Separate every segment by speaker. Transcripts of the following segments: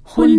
Speaker 1: 婚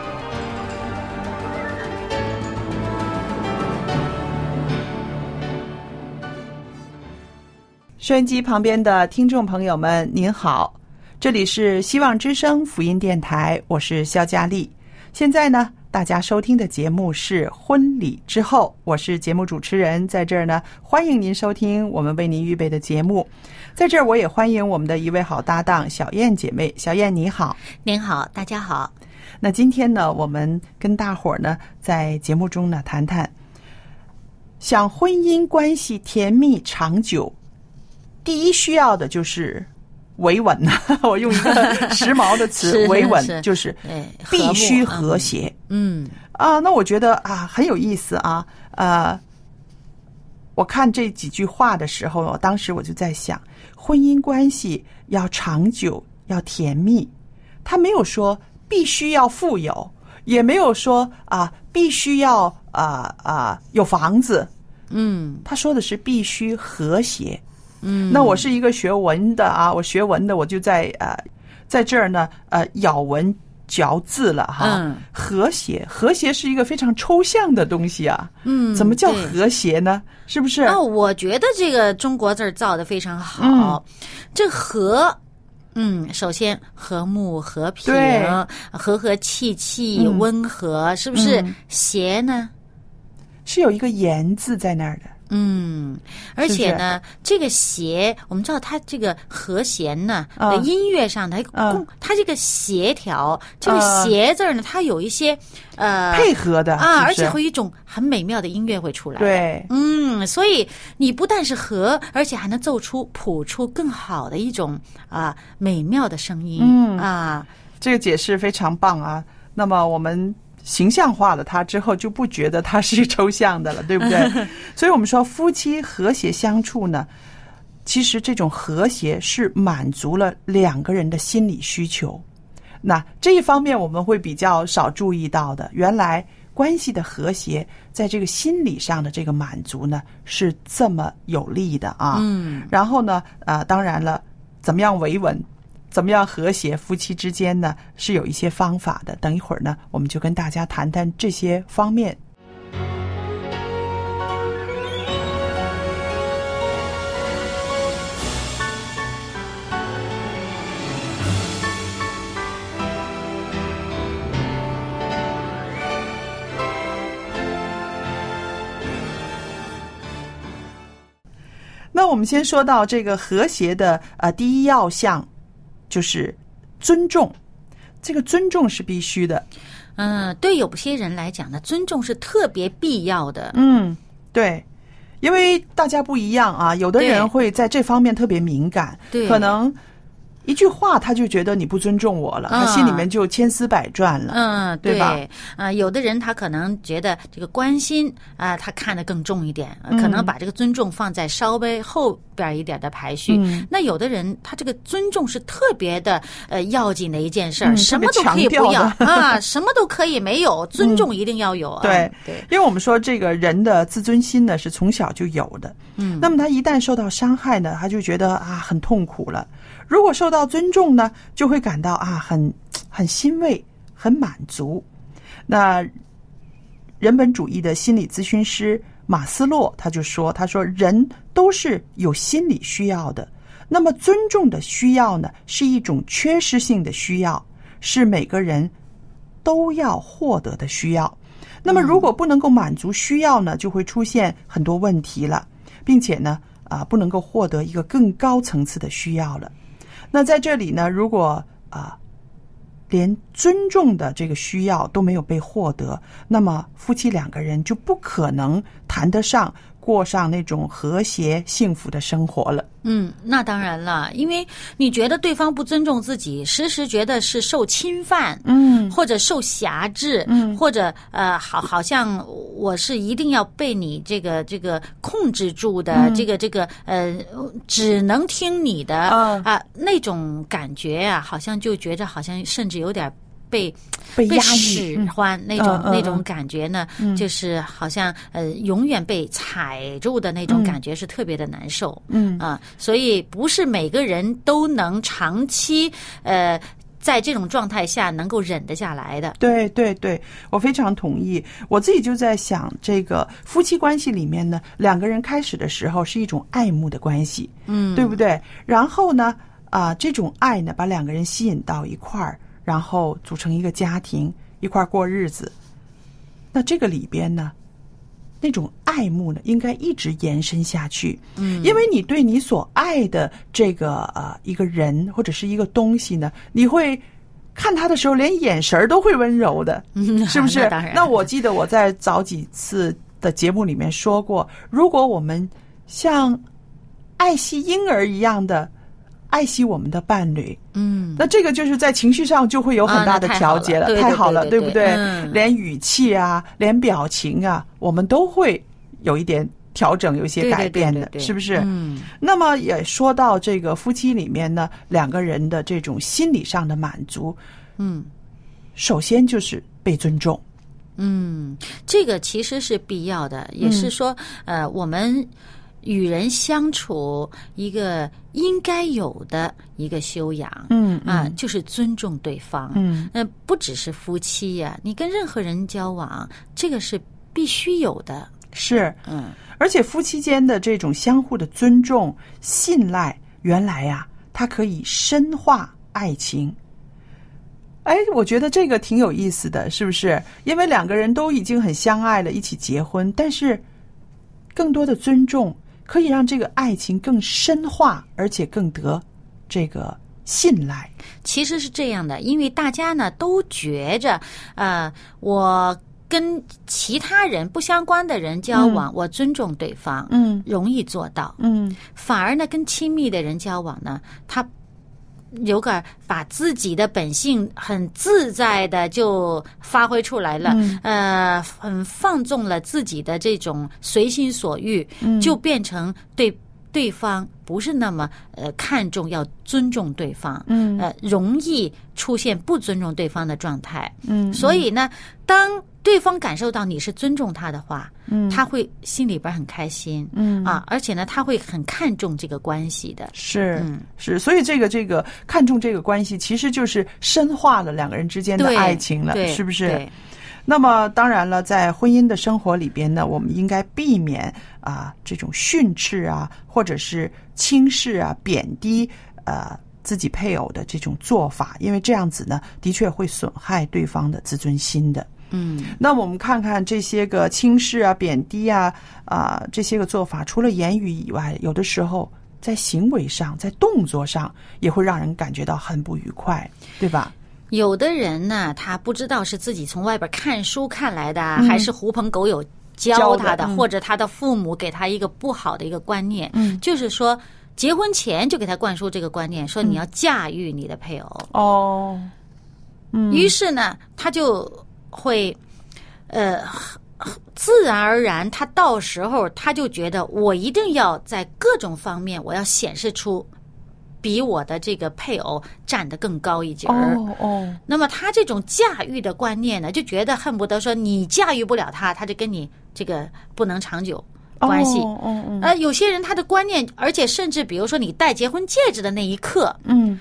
Speaker 2: 收音机旁边的听众朋友们，您好，这里是希望之声福音电台，我是肖佳丽。现在呢，大家收听的节目是《婚礼之后》，我是节目主持人，在这儿呢，欢迎您收听我们为您预备的节目。在这儿，我也欢迎我们的一位好搭档小燕姐妹，小燕你好。
Speaker 1: 您好，大家好。
Speaker 2: 那今天呢，我们跟大伙儿呢在节目中呢谈谈，想婚姻关系甜蜜长久，第一需要的就是维稳呐、 我用一个时髦的词
Speaker 1: 是，
Speaker 2: 维
Speaker 1: 是
Speaker 2: 稳就是
Speaker 3: 哎
Speaker 1: 对，
Speaker 2: 必须
Speaker 1: 和睦
Speaker 2: 和谐
Speaker 1: 嗯，
Speaker 2: 啊。那我觉得啊很有意思啊，呃。我看这几句话的时候，我当时我就在想，婚姻关系要长久，要甜蜜，他没有说必须要富有，也没有说啊必须要啊啊有房子，
Speaker 1: 嗯
Speaker 2: 他说的是必须和谐。
Speaker 1: 嗯，
Speaker 2: 那我是一个学文的啊，我学文的，我就在呃在这儿呢呃咬文嚼字了哈。
Speaker 1: 嗯
Speaker 2: 和谐，和谐是一个非常抽象的东西啊，
Speaker 3: 嗯，
Speaker 2: 怎么叫
Speaker 3: 对
Speaker 2: 和谐呢？是不是？
Speaker 3: 那我觉得这个中国字儿造的非常好，
Speaker 2: 嗯
Speaker 3: 这和。嗯，首先和睦、和平
Speaker 2: 对、
Speaker 3: 和和气气、
Speaker 2: 嗯
Speaker 3: 温和，是不是
Speaker 2: 嗯
Speaker 3: 谐呢？
Speaker 2: 是有一个言字在那儿的。
Speaker 3: 嗯，而且呢，这个谐，我们知道它这个和弦呢，
Speaker 2: 嗯
Speaker 3: 在音乐上它
Speaker 2: 嗯
Speaker 3: 共，它这个协调，这个
Speaker 2: 嗯
Speaker 3: 谐字儿呢，它有一些呃
Speaker 2: 配合的
Speaker 3: 啊，
Speaker 2: 是
Speaker 3: 而
Speaker 2: 不是
Speaker 3: 且会有一种很美妙的音乐会出来。
Speaker 2: 对
Speaker 3: 嗯，所以你不但是和，而且还能奏出、谱出更好的一种啊美妙的声音，
Speaker 2: 嗯
Speaker 3: 啊，
Speaker 2: 这个解释非常棒啊。那么我们形象化了它之后，就不觉得它是抽象的了，对不对？所以我们说夫妻和谐相处呢，其实这种和谐是满足了两个人的心理需求。那这一方面我们会比较少注意到的，原来关系的和谐在这个心理上的这个满足呢，是这么有利的啊。
Speaker 3: 嗯
Speaker 2: 然后呢，呃，当然了，怎么样维稳，怎么样和谐，夫妻之间呢是有一些方法的。等一会儿呢，我们就跟大家谈谈这些方面。那我们先说到这个和谐的呃第一要项，就是尊重。这个尊重是必须的。
Speaker 3: 嗯，对有些人来讲呢，尊重是特别必要的，
Speaker 2: 嗯，对。因为大家不一样啊，有的
Speaker 3: 对
Speaker 2: 人会在这方面特别敏感，
Speaker 3: 对
Speaker 2: 可能一句话他就觉得你不尊重我了，他心里
Speaker 3: 啊
Speaker 2: 面就千丝百转了。
Speaker 3: 嗯，
Speaker 2: 对吧
Speaker 3: 啊、有的人他可能觉得啊
Speaker 2: 嗯
Speaker 3: 这个关心啊、他看得更重一点、呃可能把这个尊重放在稍微后点一点的排序。
Speaker 2: 嗯
Speaker 3: 那有的人他这个尊重是特别的呃要紧的一件事儿，
Speaker 2: 嗯
Speaker 3: 什么都
Speaker 2: 特
Speaker 3: 可
Speaker 2: 别
Speaker 3: 以
Speaker 2: 强
Speaker 3: 不要
Speaker 2: 调嗯
Speaker 3: 啊，什么都可以没有，尊重一定要有啊。
Speaker 2: 对
Speaker 3: 对，
Speaker 2: 因为我们说这个人的自尊心呢是从小就有的，
Speaker 3: 嗯
Speaker 2: 那么他一旦受到伤害呢，他就觉得啊很痛苦了；如果受到尊重呢，就会感到啊很很欣慰、很满足。那人本主义的心理咨询师马斯洛他就说：“他说人都是有心理需要的，那么尊重的需要呢，是一种缺失性的需要，是每个人都要获得的需要。那么如果不能够满足需要呢，就会出现很多问题了，并且呢，啊，不能够获得一个更高层次的需要了。那在这里呢，如果啊。连尊重的这个需要都没有被获得，那么夫妻两个人就不可能谈得上过上那种和谐幸福的生活了。
Speaker 3: 嗯，那当然了，因为你觉得对方不尊重自己，时时觉得是受侵犯，
Speaker 2: 嗯
Speaker 3: 或者受辖制，
Speaker 2: 嗯
Speaker 3: 或者呃，好，好像我是一定要被你这个这个控制住的，
Speaker 2: 嗯
Speaker 3: 这个这个呃，只能听你的啊、
Speaker 2: 嗯
Speaker 3: 那种感觉啊，好像就觉着好像甚至有点被
Speaker 2: 被压抑
Speaker 3: 使，唤那种、
Speaker 2: 嗯嗯
Speaker 3: 那
Speaker 2: 嗯
Speaker 3: 种感觉呢，就是好像呃永远被踩住的那种感觉是特别的难受。
Speaker 2: 嗯
Speaker 3: 啊，所以不是每个人都能长期呃在这种状态下能够忍得下来的。
Speaker 2: 对对对，我非常同意。我自己就在想，这个夫妻关系里面呢，两个人开始的时候是一种爱慕的关系，
Speaker 3: 嗯，
Speaker 2: 对不对？然后呢，啊、这种爱呢，把两个人吸引到一块儿，然后组成一个家庭，一块儿过日子。那这个里边呢，那种爱慕呢，应该一直延伸下去。嗯，因为你对你所爱的这个呃一个人或者是一个东西呢，你会。看他的时候，连眼神儿都会温柔的，
Speaker 3: 嗯
Speaker 2: 是不是？
Speaker 3: 那当然
Speaker 2: 我记得我在早几次的节目里面说过，如果我们像爱惜婴儿一样的爱惜我们的伴侣，
Speaker 3: 嗯，
Speaker 2: 那这个就是在情绪上就会有很大的调节
Speaker 3: 啊那
Speaker 2: 太
Speaker 3: 太
Speaker 2: 好
Speaker 3: 好
Speaker 2: 了，
Speaker 3: 了
Speaker 2: 对
Speaker 3: 对
Speaker 2: 不
Speaker 3: 对对
Speaker 2: 对
Speaker 3: 对？嗯
Speaker 2: 连语气啊，连表情啊，我们都会有一点调整，有一些
Speaker 3: 对
Speaker 2: 改
Speaker 3: 对对
Speaker 2: 变
Speaker 3: 对
Speaker 2: 的，
Speaker 3: 对，
Speaker 2: 是不是？
Speaker 3: 嗯
Speaker 2: 那么也说到这个夫妻里面呢，两个人的这种心理上的满足，
Speaker 3: 嗯
Speaker 2: 首先就是被尊重。
Speaker 3: 嗯，这个其实是必要的，也是
Speaker 2: 嗯
Speaker 3: 说、呃我们。与人相处，一个应该有的一个修养，
Speaker 2: 嗯
Speaker 3: 啊，就是尊重对方，
Speaker 2: 嗯
Speaker 3: 那不只是夫妻呀、你跟任何人交往，这个是必须有的，
Speaker 2: 是，
Speaker 3: 嗯，
Speaker 2: 而且夫妻间的这种相互的尊重、信赖，原来呀、它可以深化爱情。哎，我觉得这个挺有意思的，是不是？因为两个人都已经很相爱了，一起结婚，但是更多的尊重可以让这个爱情更深化，而且更得这个信赖。嗯
Speaker 3: 其实是这样的，因为大家呢都觉着，呃，我跟其他人不相关的人交往，我尊重对方，
Speaker 2: 嗯
Speaker 3: 容易做到。
Speaker 2: 嗯
Speaker 3: 反而呢，跟亲密的人交往呢，他有个把自己的本性很自在的就发挥出来了，
Speaker 2: 嗯
Speaker 3: 呃，很放纵了自己的这种随心所欲，
Speaker 2: 嗯
Speaker 3: 就变成对对方不是那么呃看重，要尊重对方，
Speaker 2: 嗯
Speaker 3: 呃，容易出现不尊重对方的状态。
Speaker 2: 嗯
Speaker 3: 所以呢，当对方感受到你是尊重他的话，
Speaker 2: 嗯
Speaker 3: 他会心里边很开心，
Speaker 2: 嗯
Speaker 3: 啊，而且呢，他会很看重这个关系的。
Speaker 2: 是、
Speaker 3: 嗯
Speaker 2: 是，所以这个这个看重这个关系，其实就是深化了两个人之间的
Speaker 3: 对
Speaker 2: 爱情了，
Speaker 3: 对
Speaker 2: 是不是
Speaker 3: 对？
Speaker 2: 那么当然了，在婚姻的生活里边呢，我们应该避免啊这种训斥啊，或者是轻视啊、贬低呃自己配偶的这种做法，因为这样子呢，的确会损害对方的自尊心的。
Speaker 3: 嗯
Speaker 2: 那我们看看这些个轻视啊、贬低啊、啊、这些个做法，除了言语以外，有的时候在行为上、在动作上也会让人感觉到很不愉快，对吧？
Speaker 3: 有的人呢，他不知道是自己从外边看书看来的啊，还是狐朋狗友
Speaker 2: 嗯教
Speaker 3: 教
Speaker 2: 的
Speaker 3: 他的，
Speaker 2: 嗯
Speaker 3: 或者他的父母给他一个不好的一个观念，
Speaker 2: 嗯
Speaker 3: 就是说结婚前就给他灌输这个观念，说
Speaker 2: 嗯
Speaker 3: 你要驾驭你的配偶。
Speaker 2: 哦，嗯
Speaker 3: 于是呢，他就会，呃，很自然而然，他到时候他就觉得我一定要在各种方面，我要显示出比我的这个配偶站得更高一截儿。
Speaker 2: 哦哦，
Speaker 3: 那么他这种驾驭的观念呢，就觉得恨不得说你驾驭不了他，他就跟你这个不能长久关系。
Speaker 2: 哦哦哦，
Speaker 3: 呃，有些人他的观念，而且甚至比如说你戴结婚戒指的那一刻，
Speaker 2: 嗯，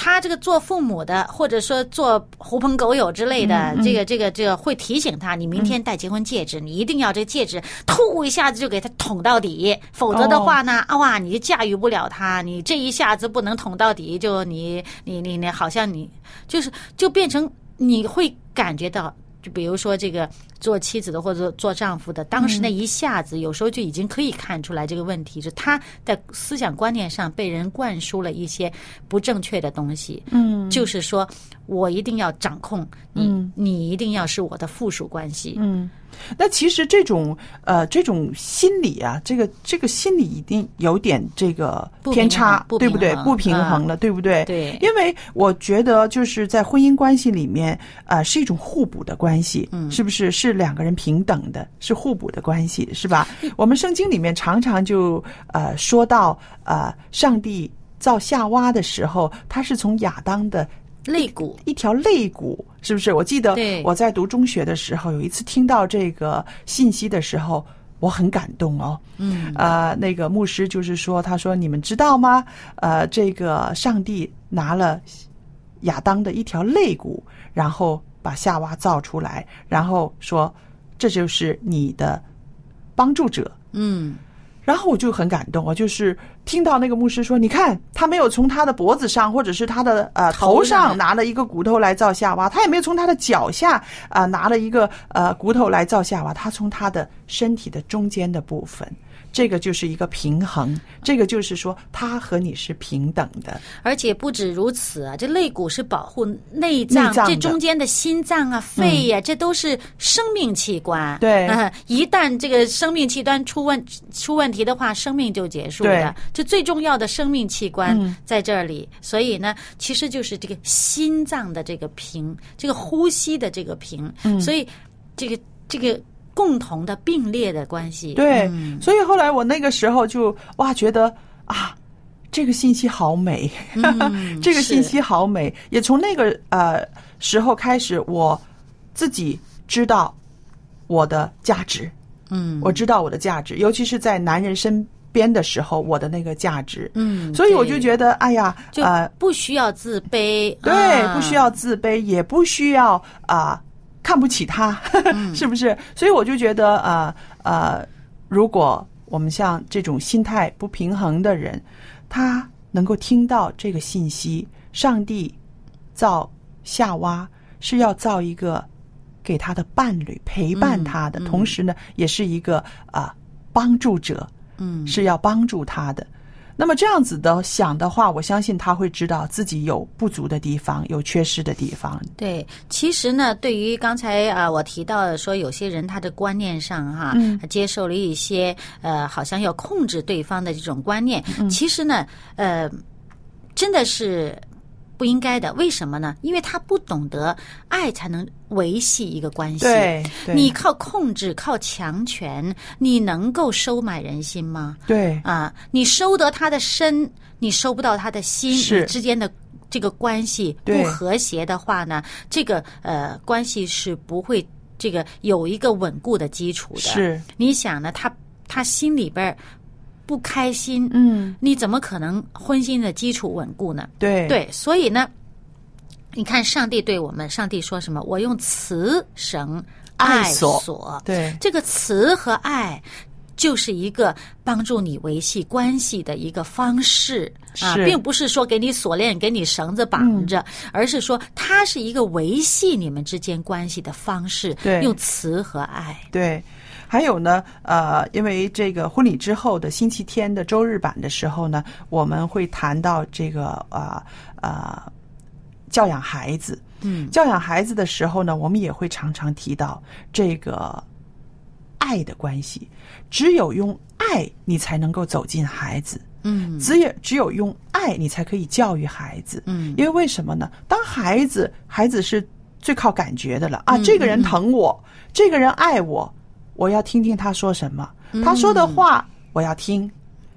Speaker 3: 他这个做父母的，或者说做狐朋狗友之类的，这个这个这个会提醒他，你明天戴结婚戒指，你一定要这戒指，突一下子就给他捅到底，否则的话呢，啊哇，你就驾驭不了他，你这一下子不能捅到底，就你你你你，好像你就是就变成你会感觉到。就比如说，这个做妻子的或者做丈夫的，当时那一下子，有时候就已经可以看出来这个问题，就他在思想观念上被人灌输了一些不正确的东西。嗯，就是说我一定要掌控你，你一定要是我的附属关系。嗯，
Speaker 2: 那其实这种呃这种心理啊，这个这个心理一定有点这个
Speaker 3: 不
Speaker 2: 偏
Speaker 3: 平衡
Speaker 2: 差，
Speaker 3: 不
Speaker 2: 对不
Speaker 3: 平
Speaker 2: 对？
Speaker 3: 衡
Speaker 2: 不平
Speaker 3: 啊
Speaker 2: 衡了，对不对？
Speaker 3: 对
Speaker 2: 因为我觉得就是在婚姻关系里面，啊，是一种互补的关系，嗯，是不是？是两个人平等的，是互补的关系，是吧？我们圣经里面常常就呃说到呃，上帝造夏娃的时候，他是从亚当的
Speaker 3: 肋骨
Speaker 2: 一条肋骨，是不是？我记得
Speaker 3: 对
Speaker 2: 我在读中学的时候，有一次听到这个信息的时候，我很感动哦。嗯，呃，那个牧师就是说，他说：“你们知道吗？呃，这个上帝拿了亚当的一条肋骨，然后把夏娃造出来，然后说这就是你的帮助者。”
Speaker 3: 嗯，
Speaker 2: 然后我就很感动，我就是听到那个牧师说：“你看，他没有从他的脖子上或者是他的呃头
Speaker 3: 头上
Speaker 2: 上拿了一个骨头来造夏娃，他也没有从他的脚下啊、呃拿了一个呃骨头来造夏娃，他从他的身体的中间的部分，这个就是一个平衡，这个就是说他和你是平等的。
Speaker 3: 而且不止如此啊，这肋骨是保护内脏，
Speaker 2: 内脏的嗯
Speaker 3: 这中间的心脏啊、肺呀、这都是生命器官。
Speaker 2: 对
Speaker 3: 嗯一旦这个生命器官出问出问题的话，生命就结束
Speaker 2: 对嗯
Speaker 3: 了。这最重要的生命器官在这里，所以呢，其实就是这个心脏的这个平，这个呼吸的这个平，
Speaker 2: 嗯
Speaker 3: 所以这个这个共同的并列的关系。
Speaker 2: 对，所以后来我那个时候就哇，觉得啊，这个信息好美，
Speaker 3: 嗯
Speaker 2: 这个信息好美。也从那个呃时候开始，我自己知道我的价值，
Speaker 3: 嗯，
Speaker 2: 我知道我的价值，尤其是在男人身边的时候，我的那个价值。
Speaker 3: 嗯，
Speaker 2: 所以我就
Speaker 3: 对
Speaker 2: 觉得，哎呀，
Speaker 3: 就
Speaker 2: 呃，
Speaker 3: 不需要自卑，
Speaker 2: 对，
Speaker 3: 啊
Speaker 2: 不需要自卑，也不需要啊、看不起他， 是不是？所以我就觉得啊呃如果我们像这种心态不平衡的人，他能够听到这个信息，上帝造夏娃是要造一个给他的伴侣陪伴他的，同时呢，也是一个啊、帮助者，
Speaker 3: 嗯，
Speaker 2: 是要帮助他的。那么这样子的想的话，我相信他会知道自己有不足的地方，有缺失的地方。
Speaker 3: 对，其实呢，对于刚才啊、呃我提到的说，有些人他的观念上哈、
Speaker 2: 嗯
Speaker 3: 接受了一些呃，好像要控制对方的这种观念，
Speaker 2: 嗯
Speaker 3: 其实呢，呃，真的是不应该的。为什么呢？因为他不懂得爱才能维系一个关系。
Speaker 2: 对，对
Speaker 3: 你靠控制、靠强权，你能够收买人心吗？
Speaker 2: 对
Speaker 3: 啊，你收得他的身，你收不到他的心，
Speaker 2: 是
Speaker 3: 你之间的这个关系
Speaker 2: 对
Speaker 3: 不和谐的话呢，这个呃关系是不会这个有一个稳固的基础的。，
Speaker 2: 是，
Speaker 3: 你想呢？他他心里边儿不开心，
Speaker 2: 嗯，
Speaker 3: 你怎么可能婚姻的基础稳固呢？
Speaker 2: 对
Speaker 3: 对，所以呢，你看上帝对我们，上帝说什么？我用慈绳
Speaker 2: 爱
Speaker 3: 爱
Speaker 2: 索
Speaker 3: 索
Speaker 2: 对
Speaker 3: 这个慈和爱。就是一个帮助你维系关系的一个方式啊，
Speaker 2: 是嗯
Speaker 3: 并不是说给你锁链、给你绳子绑着，而是说它是一个维系你们之间关系的方式，
Speaker 2: 对
Speaker 3: 用慈和爱。
Speaker 2: 对，还有呢，呃，因为这个婚礼之后的星期天的周日版的时候呢，我们会谈到这个啊啊、呃教养孩子。
Speaker 3: 嗯，
Speaker 2: 教养孩子的时候呢，我们也会常常提到这个爱的关系。只有用爱，你才能够走进孩子。
Speaker 3: 嗯
Speaker 2: 只有只有用爱，你才可以教育孩子。
Speaker 3: 嗯
Speaker 2: 因为为什么呢？当孩子孩子是最靠感觉的了啊！这个人疼我，这个人爱我，我要听听他说什么，他说的话我要听，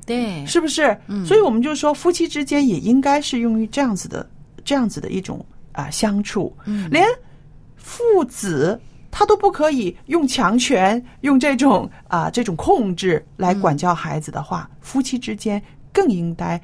Speaker 3: 对，
Speaker 2: 是不是？
Speaker 3: 嗯
Speaker 2: 所以我们就说，夫妻之间也应该是用于这样子的、这样子的一种啊相处，
Speaker 3: 嗯
Speaker 2: 连父子。他都不可以用强权、用这种啊、这种控制来
Speaker 3: 嗯
Speaker 2: 管教孩子的话，夫妻之间更应该，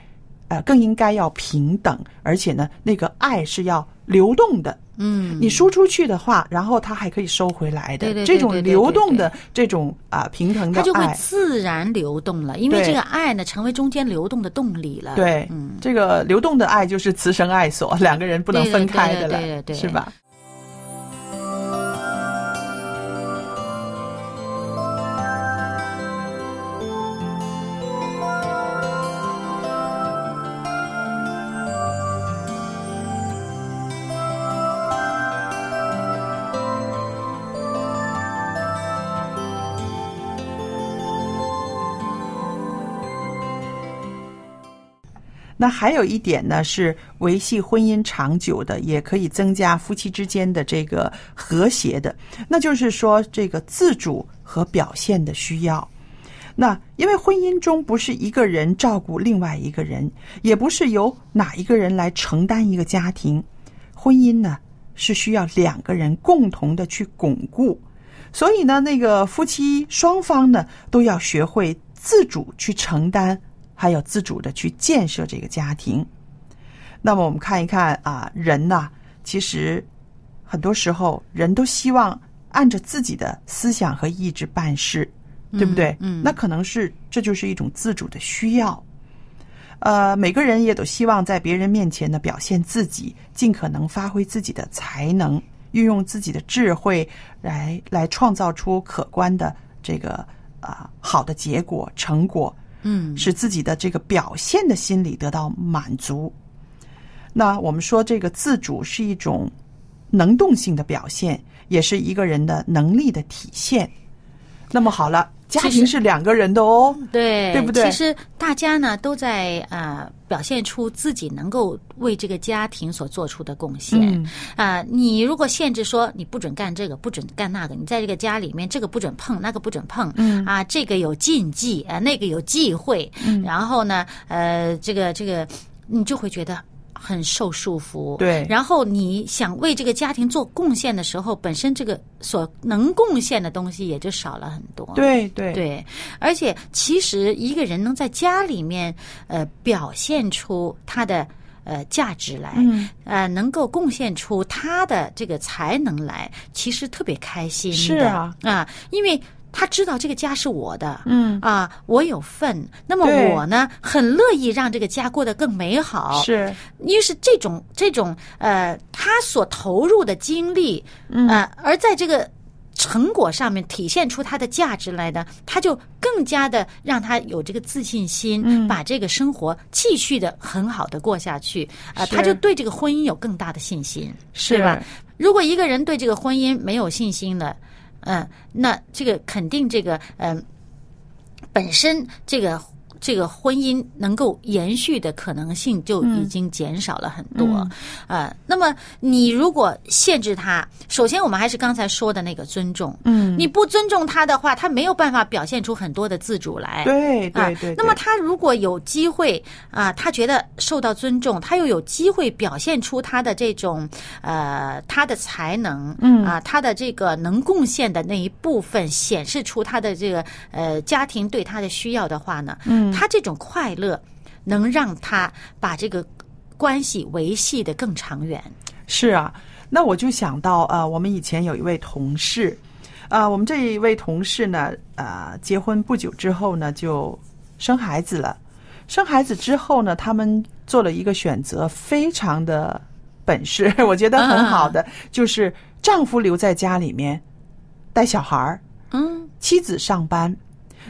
Speaker 2: 呃，更应该要平等，而且呢，那个爱是要流动的，
Speaker 3: 嗯，
Speaker 2: 你输出去的话，然后他还可以收回来的。
Speaker 3: 对对对
Speaker 2: 这种
Speaker 3: 对对
Speaker 2: 流动的这种啊、平衡的
Speaker 3: 它就会
Speaker 2: 爱，
Speaker 3: 自然流动了，因为
Speaker 2: 对
Speaker 3: 这个爱呢，成为中间流动的动力了。
Speaker 2: 对、
Speaker 3: 嗯，
Speaker 2: 这个流动的爱就是慈生爱所， 两个人不能
Speaker 3: 对对
Speaker 2: 分
Speaker 3: 对
Speaker 2: 开
Speaker 3: 对
Speaker 2: 的了，
Speaker 3: 对对对
Speaker 2: 是吧？那还有一点呢，是维系婚姻长久的，也可以增加夫妻之间的这个和谐的，那就是说这个自主和表现的需要。那因为婚姻中不是一个人照顾另外一个人，也不是由哪一个人来承担一个家庭，婚姻呢是需要两个人共同的去巩固。所以呢，那个夫妻双方呢都要学会自主去承担，还有自主的去建设这个家庭。那么我们看一看啊，人呐、其实很多时候人都希望按着自己的思想和意志办事，对不对？
Speaker 3: 嗯
Speaker 2: 那可能是这就是一种自主的需要。呃，每个人也都希望在别人面前呢表现自己，尽可能发挥自己的才能，运用自己的智慧来来创造出可观的这个啊、好的结果成果，
Speaker 3: 嗯，
Speaker 2: 使自己的这个表现的心理得到满足。那我们说这个自主是一种能动性的表现，也是一个人的能力的体现。那么好了，家
Speaker 3: 其实
Speaker 2: 庭是两个人的哦，
Speaker 3: 对，
Speaker 2: 对不对
Speaker 3: 其实大家呢都在呃表现出自己能够为这个家庭所做出的贡献。
Speaker 2: 嗯
Speaker 3: 啊、你如果限制说你不准干这个，不准干那个，你在这个家里面这个不准碰，那个不准碰，嗯啊，这个有禁忌啊、那个有忌讳，嗯，然后呢，呃，这个这个，你就会觉得。很受束缚，
Speaker 2: 对
Speaker 3: 然后你想为这个家庭做贡献的时候，本身这个所能贡献的东西也就少了很多。
Speaker 2: 对对
Speaker 3: 对，而且其实一个人能在家里面呃表现出他的呃价值来，
Speaker 2: 嗯
Speaker 3: 呃能够贡献出他的这个才能来，其实特别开心的。
Speaker 2: 是啊
Speaker 3: 啊，因为他知道这个家是我的，
Speaker 2: 嗯
Speaker 3: 啊，我有份，那么
Speaker 2: 对
Speaker 3: 我呢很乐意让这个家过得更美好。
Speaker 2: 是。啊
Speaker 3: 于是这种这种呃，他所投入的精力，呃，而在这个成果上面体现出他的价值来呢，他就更加的让他有这个自信心，把这个生活继续的很好的过下去啊、
Speaker 2: 是
Speaker 3: 他就对这个婚姻有更大的信心，
Speaker 2: 是
Speaker 3: 对吧？如果一个人对这个婚姻没有信心了，嗯、那这个肯定这个嗯、本身这个这个婚姻能够延续的可能性就已经减少了很多啊、呃那么你如果限制他，首先我们还是刚才说的那个尊重，嗯，你不尊重他的话，他没有办法表现出很多的自主来，
Speaker 2: 对
Speaker 3: 啊
Speaker 2: 对对，
Speaker 3: 那么
Speaker 2: 对
Speaker 3: 他如果有机会啊，他觉得受到尊重，他又有机会表现出他的这种呃他的才能，嗯啊，他的这个能贡献的那一部分，显示出他的这个呃家庭对他的需要的话呢，嗯，他这种快乐能让他把这个关系维系的更长远。
Speaker 2: 是啊，那我就想到啊、呃我们以前有一位同事，啊、我们这一位同事呢，啊、结婚不久之后呢，就生孩子了。生孩子之后呢，他们做了一个选择，非常的本事， 我觉得很好的， 就是丈夫留在家里面带小孩儿，
Speaker 3: 嗯
Speaker 2: 妻子上班。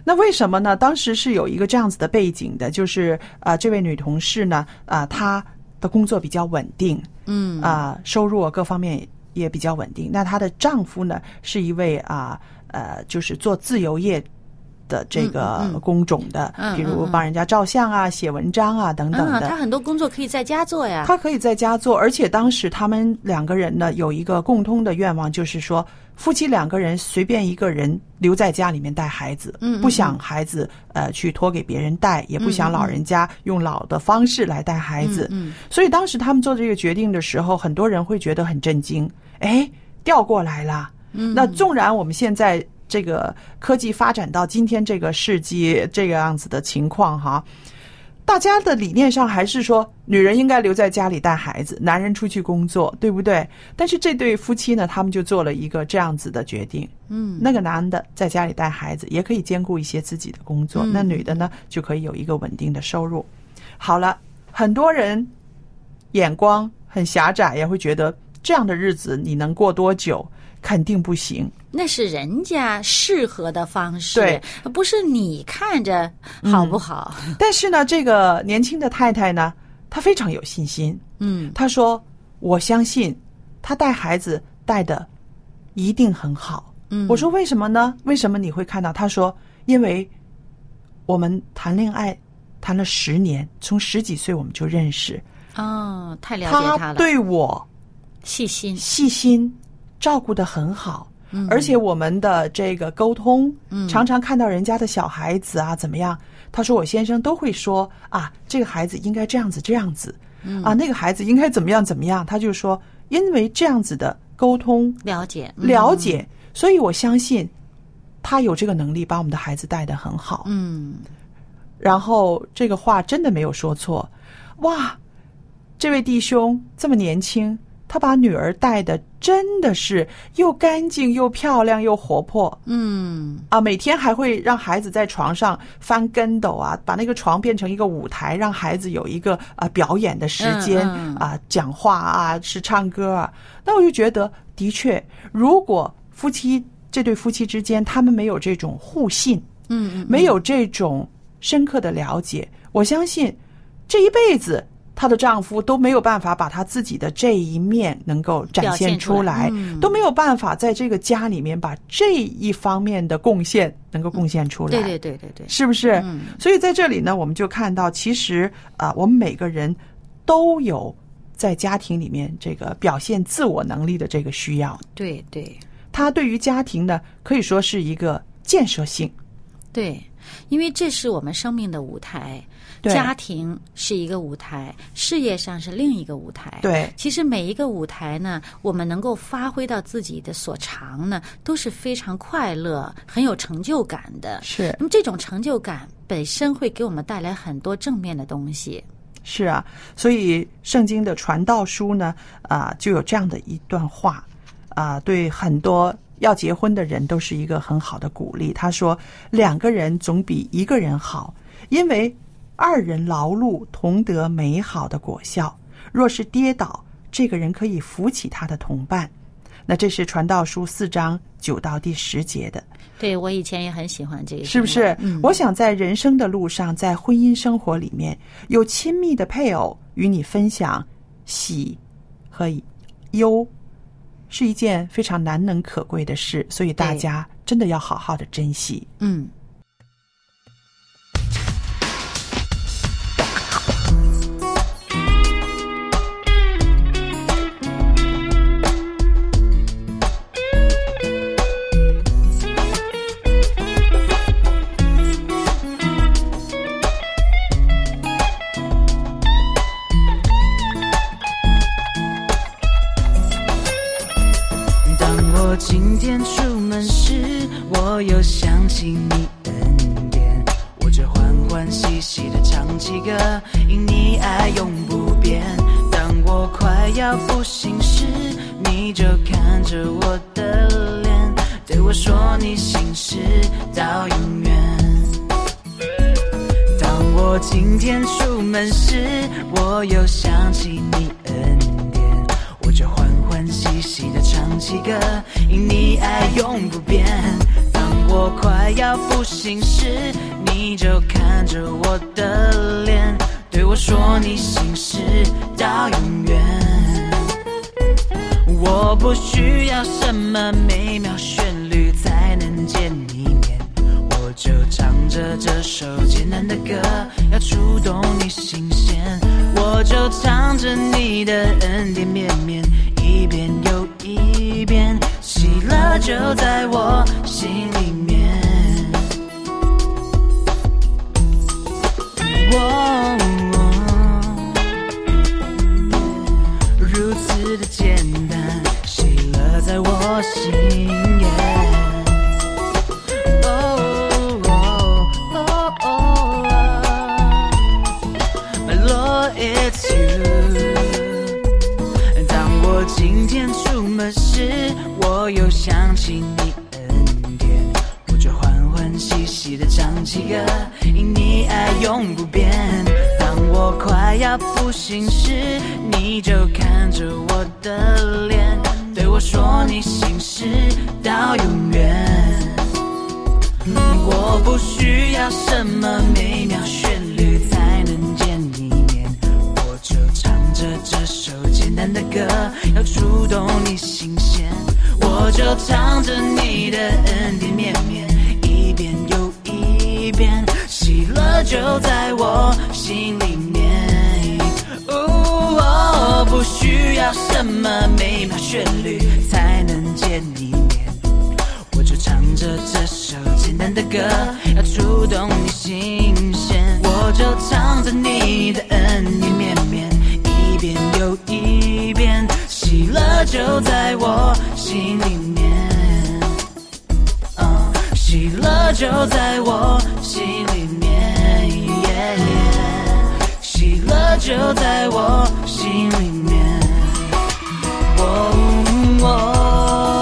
Speaker 2: 那为什么呢？当时是有一个这样子的背景的，就是啊、呃这位女同事呢，啊、她的工作比较稳定，
Speaker 3: 嗯
Speaker 2: 啊、收入啊各方面也比较稳定。那她的丈夫呢，是一位啊呃就是做自由业的这个工种的，
Speaker 3: 嗯嗯嗯
Speaker 2: 比如帮人家照相啊、写文章啊等等
Speaker 3: 嗯，
Speaker 2: 的。
Speaker 3: 他很多工作可以在家做呀。
Speaker 2: 他可以在家做，而且当时他们两个人呢有一个共通的愿望，就是说夫妻两个人随便一个人留在家里面带孩子，
Speaker 3: 嗯嗯
Speaker 2: 不想孩子呃去托给别人带，也不想老人家用老的方式来带孩子。
Speaker 3: 嗯
Speaker 2: 所以当时他们做这个决定的时候，很多人会觉得很震惊，哎，调过来啦。
Speaker 3: 嗯，
Speaker 2: 那纵然我们现在这个科技发展到今天这个世纪这个样子的情况哈，大家的理念上还是说，女人应该留在家里带孩子，男人出去工作，对不对？但是这对夫妻呢，他们就做了一个这样子的决定。
Speaker 3: 嗯，
Speaker 2: 那个男的在家里带孩子，也可以兼顾一些自己的工作；
Speaker 3: 嗯
Speaker 2: 那女的呢，就可以有一个稳定的收入。好了，很多人眼光很狭窄，也会觉得这样的日子你能过多久？肯定不行。
Speaker 3: 那是人家适合的方式，
Speaker 2: 对，嗯
Speaker 3: 不是你看着好不好？
Speaker 2: 但是呢，这个年轻的太太呢，她非常有信心。
Speaker 3: 嗯
Speaker 2: 她说：“我相信她带孩子带的一定很好。”
Speaker 3: 嗯，
Speaker 2: 我说为什么呢？为什么你会看到？他说，因为我们谈恋爱谈了十年，从十几岁我们就认识，
Speaker 3: 哦，太了解他了，
Speaker 2: 对我
Speaker 3: 细心，
Speaker 2: 细心照顾的很好。而且我们的这个沟通，常常看到人家的小孩子啊怎么样？他说我先生都会说啊，这个孩子应该这样子这样子，啊那个孩子应该怎么样怎么样？他就说，因为这样子的沟通
Speaker 3: 了解，嗯
Speaker 2: 了，解，所以我相信他有这个能力把我们的孩子带得很好。
Speaker 3: 嗯
Speaker 2: 然后这个话真的没有说错，哇，这位弟兄这么年轻，他把女儿带的真的是又干净又漂亮又活泼
Speaker 3: 嗯，
Speaker 2: 啊！每天还会让孩子在床上翻跟斗啊，把那个床变成一个舞台，让孩子有一个啊表演的时间
Speaker 3: 嗯嗯
Speaker 2: 啊，讲话啊，是唱歌啊。那我就觉得，的确，如果夫妻这对夫妻之间他们没有这种互信，
Speaker 3: 嗯嗯，
Speaker 2: 没有这种深刻的了解，我相信这一辈子她的丈夫都没有办法把她自己的这一面能够展现出来，
Speaker 3: 表现出来嗯
Speaker 2: 都没有办法在这个家里面把这一方面的贡献能够贡献出来，
Speaker 3: 对对对对对，
Speaker 2: 是不是？
Speaker 3: 嗯
Speaker 2: 所以在这里呢，我们就看到，其实啊、我们每个人都有在家庭里面这个表现自我能力的这个需要，
Speaker 3: 对对
Speaker 2: 它对于家庭呢，可以说是一个建设性。
Speaker 3: 对，因为这是我们生命的舞台，
Speaker 2: 对
Speaker 3: 家庭是一个舞台，事业上是另一个舞台，。
Speaker 2: 对，
Speaker 3: 其实每一个舞台呢，我们能够发挥到自己的所长呢，都是非常快乐、很有成就感的。
Speaker 2: 是
Speaker 3: 那么这种成就感本身会给我们带来很多正面的东西。
Speaker 2: 是啊，所以圣经的传道书呢，啊、就有这样的一段话，啊、对很多要结婚的人都是一个很好的鼓励。他说，两个人总比一个人好，因为二人劳碌同得美好的果效。若是跌倒，这个人可以扶起他的同伴。那这是传道书四章九到第十节的。
Speaker 3: 对我以前也很喜欢这个，
Speaker 2: 是不是？
Speaker 3: 嗯，
Speaker 2: 我想在人生的路上，在婚姻生活里面，有亲密的配偶与你分享喜和忧，是一件非常难能可贵的事，所以大
Speaker 3: 对
Speaker 2: 家真的要好好的珍惜。
Speaker 3: 嗯，
Speaker 4: 当我今天出门时，我又想起你恩典，我这欢欢喜喜的唱起歌，因你爱永不变。当我快要不行时，你就看着我的脸，对我说你心事到永远。当我今天出门时，我又想起你恩典，我就欢欢喜喜的唱起歌，因你爱永不变。当我快要不行时，你就看着我的脸，对我说你心事到永远。我不需要什么美妙旋律才能见你面，我就唱着这首简单的歌，要触动你心弦，我就唱着你的恩典绵绵，一遍又一遍，喜乐就在我心里面。哦如此的简单，喜乐在我心耶。哦哦哦哦，My Lord, it's you。当我今天出门时，我又想起你恩典，我就欢欢喜喜的唱起歌，因你爱永不变。当我快要不行时，你就看着我的脸，对我说你心事到永远。我不需要什么美妙旋律才能见一面，我就唱着这首简单的歌，要触动你心弦。我就唱着你的恩典绵绵，一遍又一遍，喜乐就在我心里面。哦，不需要什么美妙旋律才能见一面。我就唱着这首简单的歌，要触动你心弦。我就唱着你的恩典绵绵，一遍又一遍，喜乐就在我心里面。嗯，喜乐就在我心里面，yeah，喜乐就在我心里面。哦哦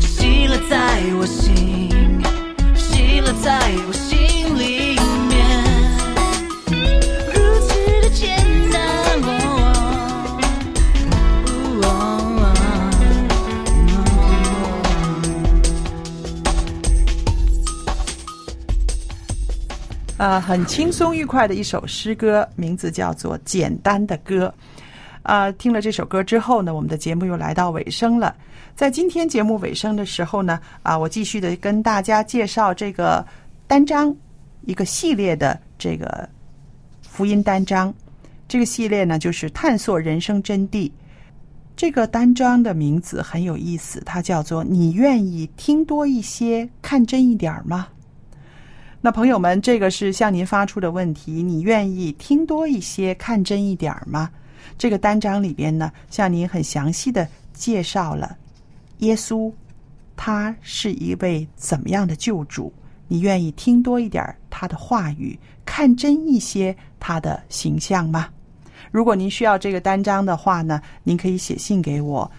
Speaker 4: 喜乐在我心，喜乐在我心里面，如此的简单。哦哦哦
Speaker 2: 啊、很轻松愉快的一首诗歌，名字叫做《简单的歌》。啊、听了这首歌之后呢，我们的节目又来到尾声了。在今天节目尾声的时候呢，啊、我继续的跟大家介绍这个单章，一个系列的这个福音单章。这个系列呢，就是探索人生真谛。这个单章的名字很有意思，它叫做“你愿意听多一些，看真一点儿吗？”那朋友们，这个是向您发出的问题，你愿意听多一些、看真一点儿吗？这个单章里边呢，向您很详细的介绍了耶稣，他是一位怎么样的救主？你愿意听多一点儿他的话语，看真一些他的形象吗？如果您需要这个单章的话呢，您可以写信给我。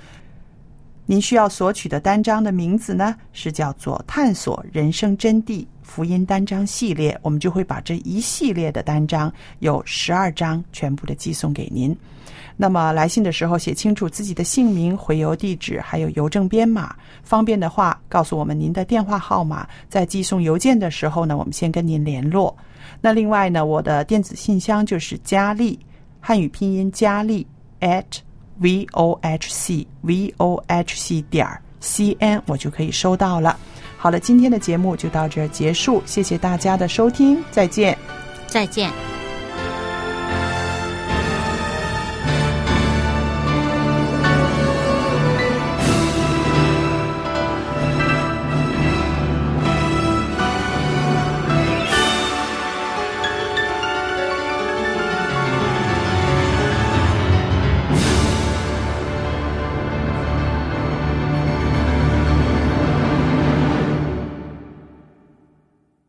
Speaker 2: 您需要索取的单章的名字呢是叫做《探索人生真谛福音单章系列》，我们就会把这一系列的单章有十二章全部的寄送给您。那么来信的时候写清楚自己的姓名、回邮地址，还有邮政编码。方便的话，告诉我们您的电话号码，在寄送邮件的时候呢，我们先跟您联络。那另外呢，我的电子信箱就是佳丽，汉语拼音佳丽 at v o h c v o h c 点儿 c n，我就可以收到了。好了，今天的节目就到这儿结束，谢谢大家的收听，再见。
Speaker 3: 再见。